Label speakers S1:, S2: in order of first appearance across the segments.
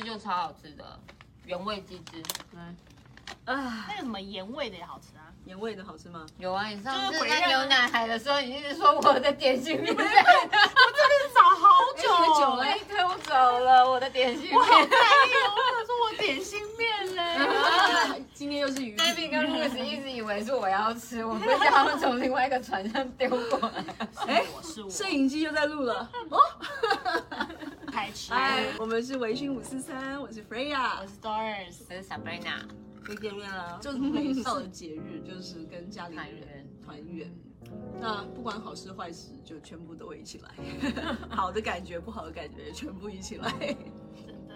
S1: 个超好吃的原味鸡汁，
S2: 来，啊，
S3: 那个什么盐味的也好吃啊。
S2: 盐味的好吃吗？
S1: 有啊，你上
S3: 就是
S1: 次
S3: 回味啊
S1: 在牛奶海的时候，你一直说我的点心不在，
S3: 找啊好久
S1: 久久了，一推我走了，我的点心片。
S3: 哎
S1: 哦
S3: 呦，我想说我点心 面嘞。
S2: 今天又是鱼。
S1: David 跟 Louis 一直以为是我要吃，我们将他们从另外一个船上丢过来。
S3: 哎，我是我，
S2: 摄影机又在录了。
S3: 开吃。
S2: 嗨，我们是微醺五四三，我是 Freya，
S3: 我是 Doris，
S1: 这是 Sabrina，
S2: 又见面了。就是每到了节日，就是跟家里人团圆。那不管好事坏事，就全部都会一起来。 好的感觉，不好的感觉，全部一起来。
S3: 真的。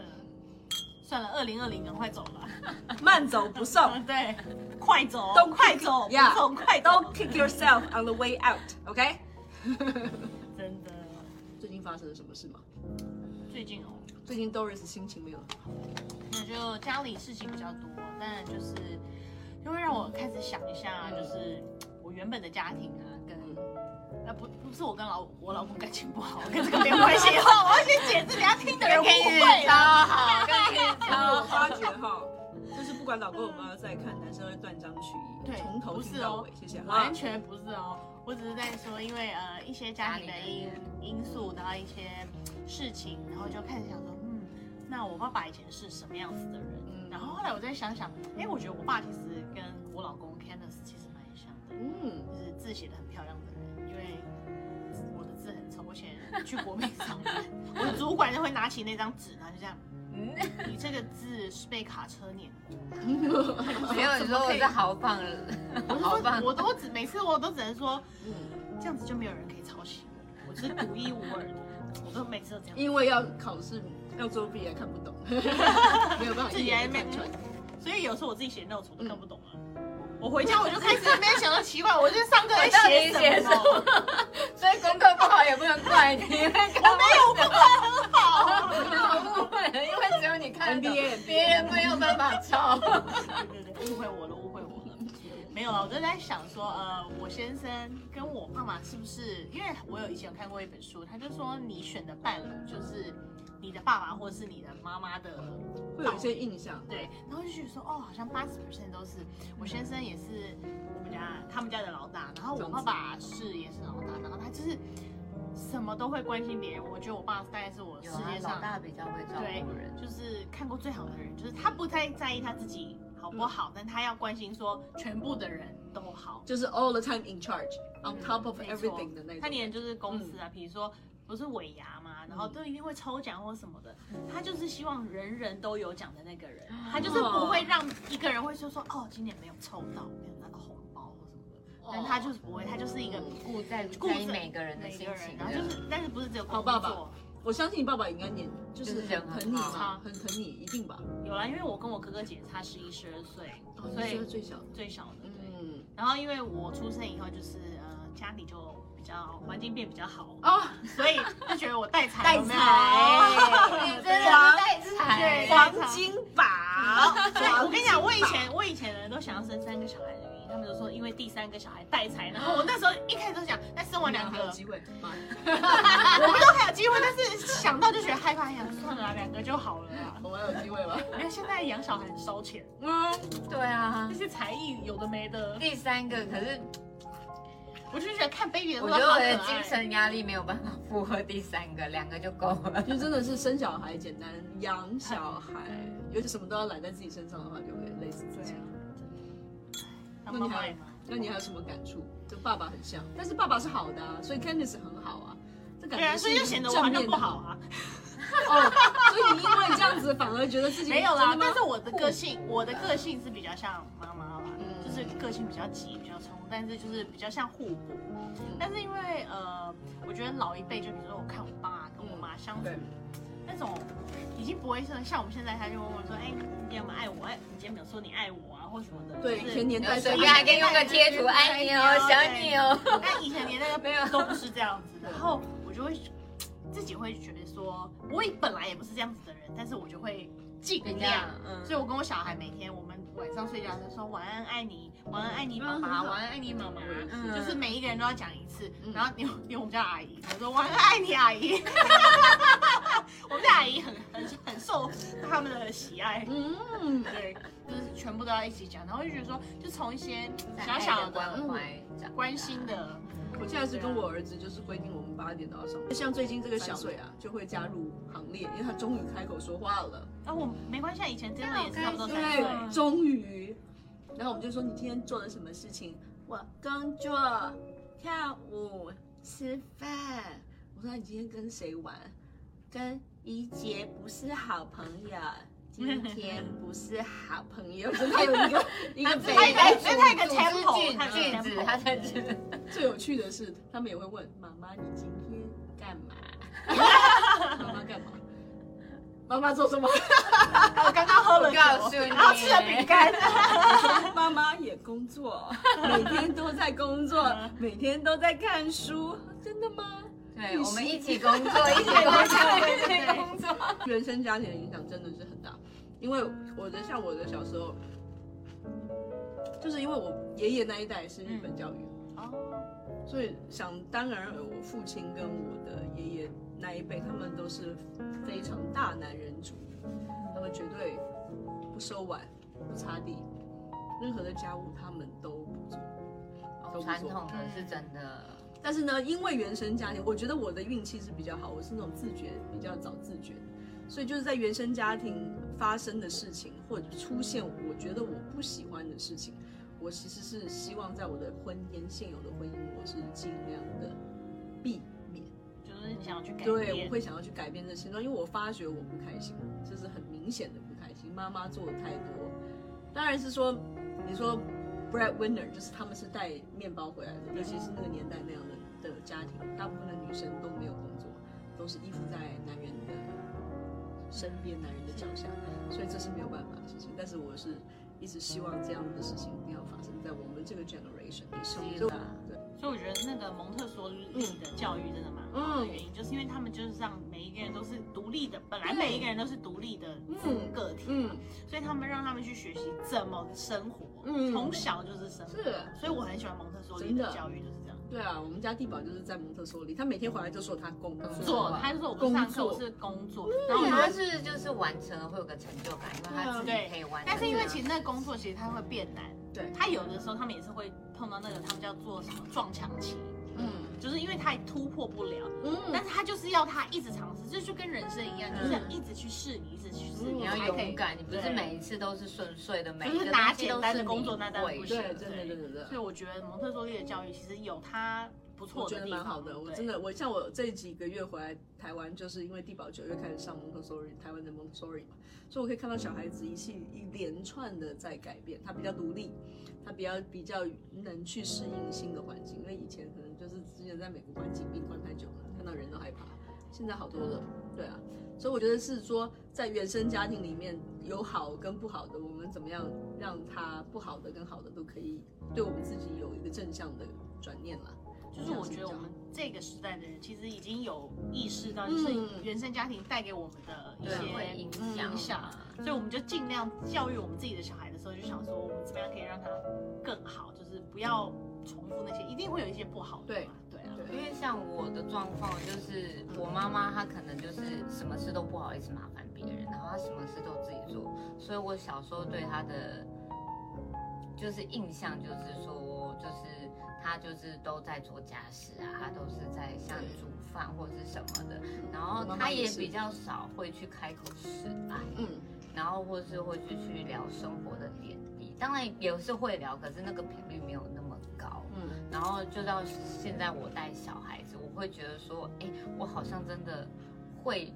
S3: 算了，二 零二零赶快走吧。
S2: 慢走不送。
S3: 对，快走，
S2: Don't
S3: 快走，
S2: Yeah
S3: 不走快走，
S2: Don't kick yourself on the way out. OK？
S3: 真的。
S2: 最近发生了什么事吗？
S3: 最近哦，
S2: 最近 Doris 心情没有很好，
S3: 那就家里事情比较多，但就是就会让我开始想一下，就是我原本的家庭啊，跟啊不不是我跟老我老公感情不好，跟这个没有 关系。哈，我要先解释，等下听
S1: 哎
S3: 的人误会
S1: 超
S3: 了。
S1: 好， 跟 Kiki
S2: 我
S1: 超
S2: 发
S1: 好。
S2: 觉哈，就是不管老公有没有在看，男生会断章取义，
S3: 对
S2: 从头
S3: 不
S2: 听
S3: 是
S2: 到
S3: 哦
S2: 尾。谢谢。
S3: 完
S2: 哈。
S3: 全不是哦，我只是在说，因为呃一些家庭的因因素，然后一些事情，然后就开始想说，嗯，那我爸爸以前是什么样子的人？
S2: 嗯
S3: 然后后来我再想想，哎，我觉得我爸其实跟我老公 Candice 其实蛮像的，
S2: 嗯，
S3: 就是字写的很漂亮的人，因为我的字很丑，我写去国美上班，我的主管就会拿起那张纸，然后就这样，
S1: 嗯
S3: 你这个字是被卡车碾过。嗯
S1: 没有，你说我是豪放，
S3: 我就
S1: 豪
S3: 说，
S1: 放。
S3: 我都只每次我都只能说，这样子就没有人可以抄袭我，我是独一无二的，我都每次都这样。
S2: 因为要考试，
S3: 嗯
S2: 要作弊还看不 懂，没有办法
S3: 自
S2: 一
S3: 己还
S2: 眼
S3: 没
S2: 看穿。
S3: 所以有时候我自己写 notes 我都看不懂啊。我回家我就开始 没有想到奇怪，我这上课在写
S1: 我到底写
S3: 什
S1: 什
S3: 么？
S1: 么 所以功课不好也不能怪你，因为我没有功课很好，误会了， 因为只有你看得懂
S2: NBA
S1: 别人没有办法抄。
S3: 对对对，误会我了，误会我了。没有啊，我就在想说，呃，我先生跟我爸爸是不是？因为我有以前有看过一本书，他就说你选的伴侣就是你的爸爸或者是你的妈妈的
S2: 会有一些印象。
S3: 对，然后就觉得说，哦，好像八十 percent 都是我先生也是我们家他们家的老大，然后我
S2: 长子
S3: 爸爸是也是老大，然后他就是什么都会关心别人。我觉得我爸大概是我世界上
S1: 比较会照
S3: 对
S1: 人，
S3: 就是看过最好的人，就是他不太在意他自己好不好，但他要关心说全部的人都好。
S2: 就是 all the time in charge
S1: 嗯
S2: on top of
S3: 没错
S2: everything 的那种。
S3: 他连就是公司
S2: 嗯
S3: 啊，比如说不是尾牙嘛，然后都一定会抽奖或什么的，
S2: 嗯
S3: 他就是希望人人都有奖的那个人，
S2: 啊
S3: 他就是不会让一个人会说说哦，今年没有抽到，没有拿到红包或什么的，
S2: 哦
S3: 但他就是不会，他就是一个
S2: 嗯
S1: 顾在
S3: 顾
S1: 在
S3: 着
S1: 意每个人的
S3: 每
S1: 心
S3: 个人，
S1: 情
S3: 然后
S1: 的。
S3: 就是但是不是只有工
S2: 啊好爸爸
S3: 作，
S2: 我相信你爸爸应该念，就是
S1: 就是人
S3: 啊
S1: 很
S2: 很
S3: 嗯
S2: 疼你嘛
S3: 好，
S2: 很疼你，一定吧？
S3: 有啦，因为我跟我哥哥姐姐差十一十二岁，
S2: 哦，
S3: 所
S2: 你是
S3: 以
S2: 最小的。
S3: 最小的对，
S2: 嗯，
S3: 然后因为我出生以后就是呃家里就比较环境变比较好，
S2: 哦，
S3: 所以就觉得我带财
S2: 带
S3: 有没有
S2: 财
S1: 你真的是带财，
S3: 对
S2: 黄金宝，
S3: 嗯对，我
S2: 黄
S3: 跟你讲，我以前我以前人都想要生三个小孩的原因，他们都说因为第三个小孩带财，然后我那时候一开始都想，那
S1: 嗯
S3: 生完两
S2: 还
S3: 个
S2: 有，机会，妈
S3: 我们都还有机会，但是想到就觉得害怕，想算了啦，两个就好了啦。
S2: 我还有机会吗？
S3: 因为现在养小孩很烧钱，
S2: 嗯，
S1: 对啊
S3: 那。些才艺有的没的，
S1: 第三个，可是
S3: 我就觉得看 baby 的时
S1: 我
S3: 候
S1: 觉得
S3: 好
S1: 我
S3: 可
S1: 的
S3: 爱。
S1: 精神压力没有办法负荷第三个，两个就够了。
S2: 就真的是生小孩简单，养小孩，尤其什么都要揽在自己身上的话，就会累死自己
S3: 对。啊，
S2: 那
S3: 当
S2: 你
S3: 妈妈
S2: 还
S3: 也蛮
S2: 那你还有什么感触？就爸爸很像，但是爸爸是好的啊，所以 Candice 很好啊。这感
S3: 嗯对啊，
S2: 觉
S3: 所
S2: 是
S3: 以
S2: 一
S3: 就
S2: 种
S3: 显得我好
S2: 正
S3: 像
S2: 面
S3: 不
S2: 的
S3: 好啊。
S2: 哦，所以你因为这样子反而觉得自己
S3: 没有
S2: 真
S3: 啦，
S2: 的吗
S3: 但是我的个性，我的个性是比较像妈妈啦，
S2: 嗯
S3: 就是个性比较急，比较冲，但是就是比较像互补。但是因为呃，我觉得老一辈，就比如说我看我爸跟我妈相处，
S2: 嗯对
S3: 那种已经不会像像我们现在，他就问我说，哎、你有没有爱我？哎，你今天没有说你爱我啊，或什么的。
S2: 对
S3: 就是
S2: 以前年代
S1: 随啊便还可以用个贴图，爱你哦，想你哦。
S3: 但以前年代
S1: 没有
S3: 都不是这样子，然后我就会自己会觉得说，我也本来也不是这样子的人，但是我就会尽
S1: 尽
S3: 量
S1: 量。嗯
S3: 所以我跟我小孩每天我们晚上睡觉的时候说晚安爱你，晚安爱你爸
S1: 嗯很
S3: 爸，
S1: 好
S3: 晚安爱你妈妈，
S1: 嗯
S3: 就是每一个人都要讲一次
S1: 嗯。
S3: 然后有有我们家阿姨，我说晚安爱你阿姨。 我们家阿姨很很很受他们的喜爱，
S1: 嗯，
S3: 对，就是全部都要一起讲，然后就觉得说，就从一些
S1: 小
S3: 小小
S1: 小
S3: 的
S1: 关
S3: 嗯
S1: 怀，
S3: 关心的，
S2: 我下次跟我儿子就是规定我们八点都要上班，像最近这个小水啊，就会加入行列，因为他终于开口说话了，
S3: 啊，我没关系，啊，以前真的也是差不多
S1: 对
S3: 三岁。
S2: 对，终于。然后我们就说你今天做了什么事情？我工作、跳舞、吃饭。我说你今天跟谁玩？跟怡杰不是好朋友，今天不是好朋友。就是他有一个一个北
S3: 他应该
S2: 方
S3: 因为他有一个 tempo，他
S1: 句
S3: 有一个
S1: 句子，
S3: tempo
S1: 他在句子，
S2: 最有趣的是，他们也会问妈妈：“你今天干 嘛？”妈妈干嘛？妈妈做什么？
S3: 啊我刚刚喝了酒，
S1: 我告诉你
S3: 然后吃了饼干。
S2: 妈妈也工作，每天都在 工作，每天都在看书。真的吗？
S1: 对，
S2: 你
S1: 我们
S2: 是
S1: 一起 工作，一起工作，一起 工作。
S2: 原生家庭的影响真的是很大，因为我的像我的小时候，就是因为我爷爷那一代是日本教育，
S3: 哦
S2: 所以想当然尔，我父亲跟我的爷爷那一辈，他们都是非常大男人主义，他们绝对不收碗、不擦地，任何的家务他们都不做。都不错
S1: 传统的是真的，
S2: 但是呢，因为原生家庭，我觉得我的运气是比较好，我是那种自觉比较早自觉的，所以就是在原生家庭发生的事情或者出现我觉得我不喜欢的事情，我其实是希望在我的婚姻现有的婚姻模式尽量的避免。
S3: 就是想要去改变。
S2: 对，我会想要去改变这现状，因为我发觉我不开心，这是很明显的不开心。妈妈做的太多，当然是说，你说 breadwinner 就是他们是带面包回来的，尤其是那个年代那样的的家庭，大部分的女生都没有工作，都是依附在男人的身边、男人的脚下，所以这是没有办法的事情。但是我是一直希望这样的事情不要发生在我们这个 generation，就是
S1: 是
S2: 就
S1: 啦
S2: 对。
S3: 所以我觉得那个蒙特梭利的教育真的蛮好的
S2: 嗯
S3: 原因，就是因为他们就是让每一个人都是独立的，本来每一个人都是独立的
S2: 嗯
S3: 个体，
S2: 嗯，
S3: 所以他们让他们去学习怎么生活，
S2: 嗯
S3: 从小就是生活。
S2: 是
S3: 所以我很喜欢蒙特梭利
S2: 真的
S3: 的教育，就是这样。
S2: 对啊，我们家地宝就是在蒙特梭利，他每天回来就说他工作
S3: 做，他就说我不上课，
S2: 工作嗯
S3: 我是工作，然后
S1: 然
S3: 我
S1: 后他
S3: 就会
S1: 是就是完成了会有个成就感，因为他自己可以完成。
S3: 嗯但是因为其实那个工作其实它会变难，
S2: 对
S3: 他有的时候他们也是会碰到那个他们叫做什么撞墙期，
S2: 嗯
S3: 就是因为他也突破不了，
S2: 嗯，
S3: 但是他就是要他一直尝试，这就跟人生一样，
S2: 嗯
S3: 就是要一直去试，你一直去试，
S2: 嗯
S1: 你
S3: 你
S1: 要
S3: 才可以
S1: 勇。敢，你不是
S3: 对
S1: 每一次都是顺遂的，每一
S3: 就是
S1: 个
S3: 拿
S1: 东西
S3: 简
S1: 都
S3: 单
S1: 是
S3: 的工作
S1: 你
S3: 那当然
S1: 会
S3: 不
S1: 的
S3: 行
S2: 对，真的真的真
S3: 所以
S2: 的，
S3: 我觉得蒙特梭利的教育其实有它不错
S2: 我觉
S3: 的
S2: 得
S3: 地
S2: 蛮
S3: 方，
S2: 好的。我
S3: 对
S2: 真的，我像我这几个月回来台湾，就是因为地宝九月开始上蒙特梭利，台湾的蒙特梭利嘛，所以我可以看到小孩子一系一连串的在改变，他比较独立，他比较比较能去适应新的环境，因为以前可能就是之前在美国关禁闭关太久了，看到人都害怕，现在好多了，对啊。所以我觉得是说，在原生家庭里面有好跟不好的，我们怎么样让他不好的跟好的都可以对我们自己有一个正向的转念啦。
S3: 就是我觉得我们这个时代的人其实已经有意识到，就是
S2: 嗯
S3: 原生家庭带给我们的一
S1: 对
S3: 些
S1: 会影响
S3: 嗯影响，所以我们就尽量教育我们自己的小孩的时候，就想说我们怎么样可以让他更好，就是不要重复那些，一定会有一些不好的嘛，对啊，
S1: 因
S2: 对，
S1: 为像我的状况就是，我妈妈她可能就是什么事都不好意思麻烦别人，然后她什么事都自己做，所以我小时候对她的就是印象就是说，就是她就是都在做家事啊，她都是在像
S2: 对
S1: 煮饭或是什么的，然
S2: 我
S1: 后
S2: 妈妈
S1: 她
S2: 也
S1: 也
S2: 是
S1: 比较少会去开口示爱。
S2: 嗯，
S1: 然后或是会去去聊生活的点滴，当然也是会聊，可是那个频率没有那么高。
S2: 嗯，
S1: 然后就到现在我带小孩子，我会觉得说，哎，我好像真的会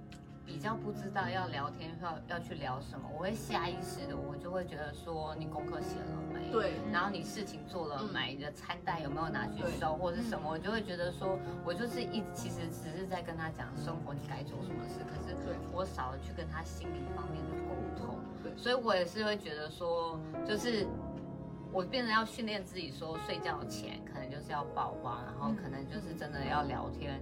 S1: 比较不知道要聊天要要去聊什么，我会下意识的我就会觉得说，你功课写了没？。
S2: 对，
S1: 然后你事情做了没？你的餐袋有没有拿去
S2: 嗯对嗯
S1: 收，或者是什么？我就会觉得说，我就是一其实只是在跟他讲生活你该做什么事，可是
S2: 对嗯
S1: 我少了去跟他心理方面的沟通
S2: 对，
S1: 所以我也是会觉得说，就是我变得要训练自己说，睡觉前可能就是要曝光，然
S2: 嗯
S1: 后可能就是真的要聊天。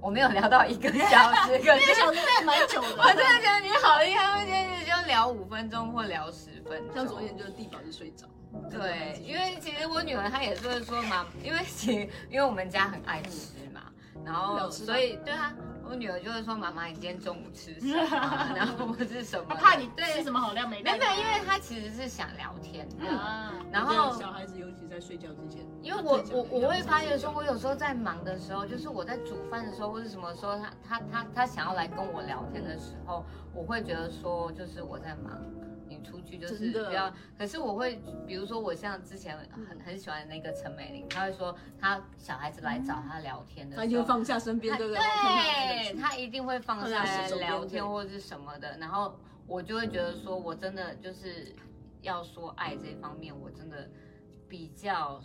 S1: 我没有聊到一个小时，可
S3: 那个
S1: 是
S3: 小时代蛮久的，
S1: 我真的觉得你好厉害，我今天就聊五分钟或聊十分钟。
S2: 像昨天就是地宝就睡着，
S1: 对，因为其实我女儿她也是会说嘛，因为其实因为我们家很爱吃嘛，然
S2: 要
S1: 后
S2: 吃
S1: 所以对啊，我女儿就会说妈妈你今天中午吃什 么，啊然后或是什么的，
S3: 他怕你吃
S1: 对，
S3: 什么好料没
S1: 没
S3: 带
S1: 有
S3: 回
S1: 没
S3: 来？
S1: 有，因为她其实是想聊天的，
S3: 啊，
S1: 然
S2: 这样
S1: 后
S2: 小孩子尤其在睡觉之前，
S1: 因为我我我会发现说，我有时候在忙的时候，就是我在煮饭的时候或者什么时候，他他他他想要来跟我聊天的时候，我会觉得说，就是我在忙，你出去就是
S2: 真的
S1: 不要。可是我会，比如说我像之前很
S2: 嗯
S1: 很喜欢那个陈美玲，她会说她小孩子来找她聊天的
S2: 他
S1: 时
S2: 就
S1: 候。
S2: 放下身边，对不对？
S1: 对，他一定会放下
S2: 放下
S1: 来
S2: 手边
S1: 聊
S2: 对
S1: 天或者是什么的，然后我就会觉得说，我真的就是要说爱这方面，我真的比较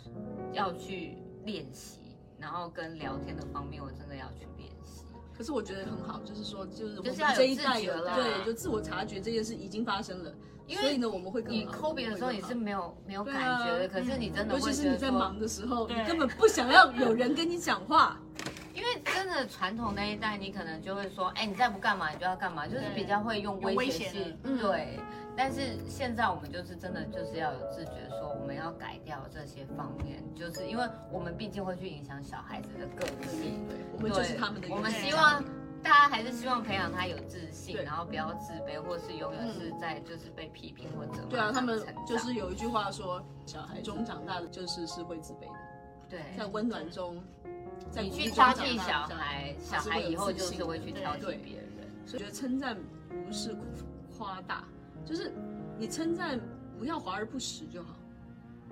S1: 要去练习，然后跟聊天的方面，我真的要去练习。
S2: 可是我觉得很好，就是说，就是
S1: 就
S2: 我们
S1: 是要有
S2: 这一代
S1: 自觉
S2: 有
S1: 啦
S2: 对，就自我察觉这件事已经发生了，
S1: 因为
S2: 所以呢，我们会更
S1: 你
S2: 好
S1: 抠鼻的时候
S2: 我
S1: 你
S2: 们
S1: 是
S2: 会更好
S1: 没有没有
S2: 对
S1: 感
S2: 啊
S1: 觉的，可是你真的
S2: 尤
S1: 会
S2: 其
S1: 觉
S2: 是你
S1: 得
S2: 在
S1: 说，
S2: 忙的时候，你
S3: 对
S2: 根本不想要有人跟你讲话，
S1: 因为真的传统那一代，你可能就会说，哎，你再不干嘛，你就要干嘛，就是
S3: 对
S1: 比较会用
S3: 有
S1: 威
S3: 威
S1: 胁
S3: 胁
S1: 性
S3: 的，
S2: 嗯
S1: 对。但是现在我们就是真的就是要有自觉，说我们要改掉这些方面，就是因为我们毕竟会去影响小孩子的个性，
S2: 对，我
S1: 对，
S2: 们就是他们的原
S1: 我
S2: 因，
S1: 们希望。大家还是希望培养他有自信，
S2: 对嗯
S1: 然后不要自卑，或是永远是在就是被批评或者
S2: 对啊，他们
S1: 成长
S2: 就是有一句话说，小孩中长大的就是是会自卑的，
S1: 对，
S2: 在温暖中，在
S1: 你
S2: 鼓励
S1: 去
S2: 中
S1: 挑
S2: 长
S1: 剔小
S2: 大的
S1: 孩，小
S2: 他是
S1: 孩
S2: 会有
S1: 以后
S2: 自
S1: 就
S2: 信
S1: 是会去挑
S2: 对
S1: 剔别人。
S2: 所以我觉得称赞不是夸大，就是你称赞不要华而不实就好。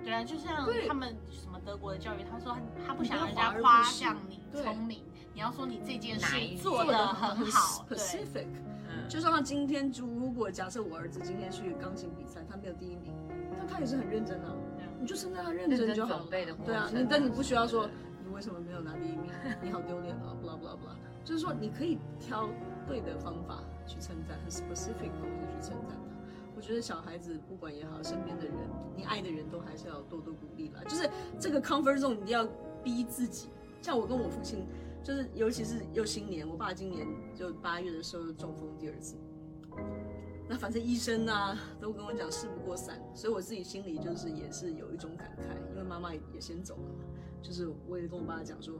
S3: 对啊，就像
S2: 对
S3: 他们什么德国的教育，他说他他不想
S2: 你不要华
S3: 让人家
S2: 而不
S3: 夸
S2: 实
S3: 奖你
S2: 对
S3: 聪明，你要说你这件事
S1: 哪一
S3: 做
S1: 件
S3: 的很好，对，
S2: ，specific。
S1: 嗯，
S2: 就像他今天，如果假设我儿子今天去钢琴比赛，他没有第一名，但他也是很认真啊
S3: 对啊。
S2: 你就称赞他认
S1: 认
S2: 真
S1: 真
S2: 就好
S1: 准
S2: 了。
S1: 备的过程。
S2: 对啊，你但你不需要说你为什么没有拿第一名，你好丢脸 啊，不啦不啦不啦。就是说你可以挑对的方法去称赞，很 specific 的东西去称赞他。我觉得小孩子不管也好，身边的人，你爱的人都还是要多多鼓励啦。就是这个 comfort zone 你一定要逼自己。像我跟我父亲，就是尤其是又新年，我爸今年就八月的时候中风第二次。那反正医生啊都跟我讲事不过三，所以我自己心里就是也是有一种感慨，因为妈妈也先走了嘛，就是我也跟我爸讲说，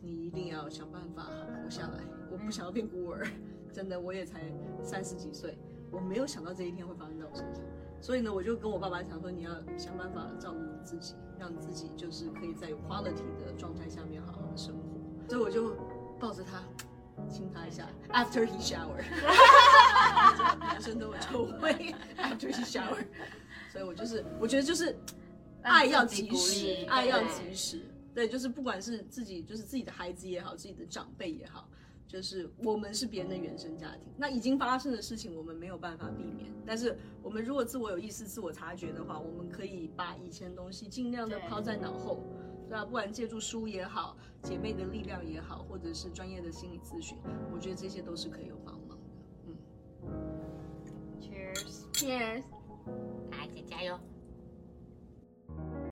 S2: 你一定要想办法活下来，我不想要变孤儿，真的我也才三十几岁，我没有想到这一天会发生在我身上，所以呢，我就跟我爸爸讲说，你要想办法照顾你自己，让自己就是可以在有 quality 的状态下面好好的生活，所以我就抱着他。亲他一下，after he shower，男生都有臭味，after he shower，所以我就是，我觉得就是爱要及时，爱要及时，对，就是不管是自己，就是自己的孩子也好，自己的长辈也好，就是我们是别人的原生家庭，那已经发生的事情我们没有办法避免，但是我们如果自我有意识、自我察觉的话，我们可以把以前的东西尽量的
S3: 对
S2: 抛在脑后。对啊，不管借助书也好，姐妹的力量也好，或者是专业的心理咨询，我觉得这些都是可以有帮忙的。嗯
S3: Cheers。
S1: 来，姐加油！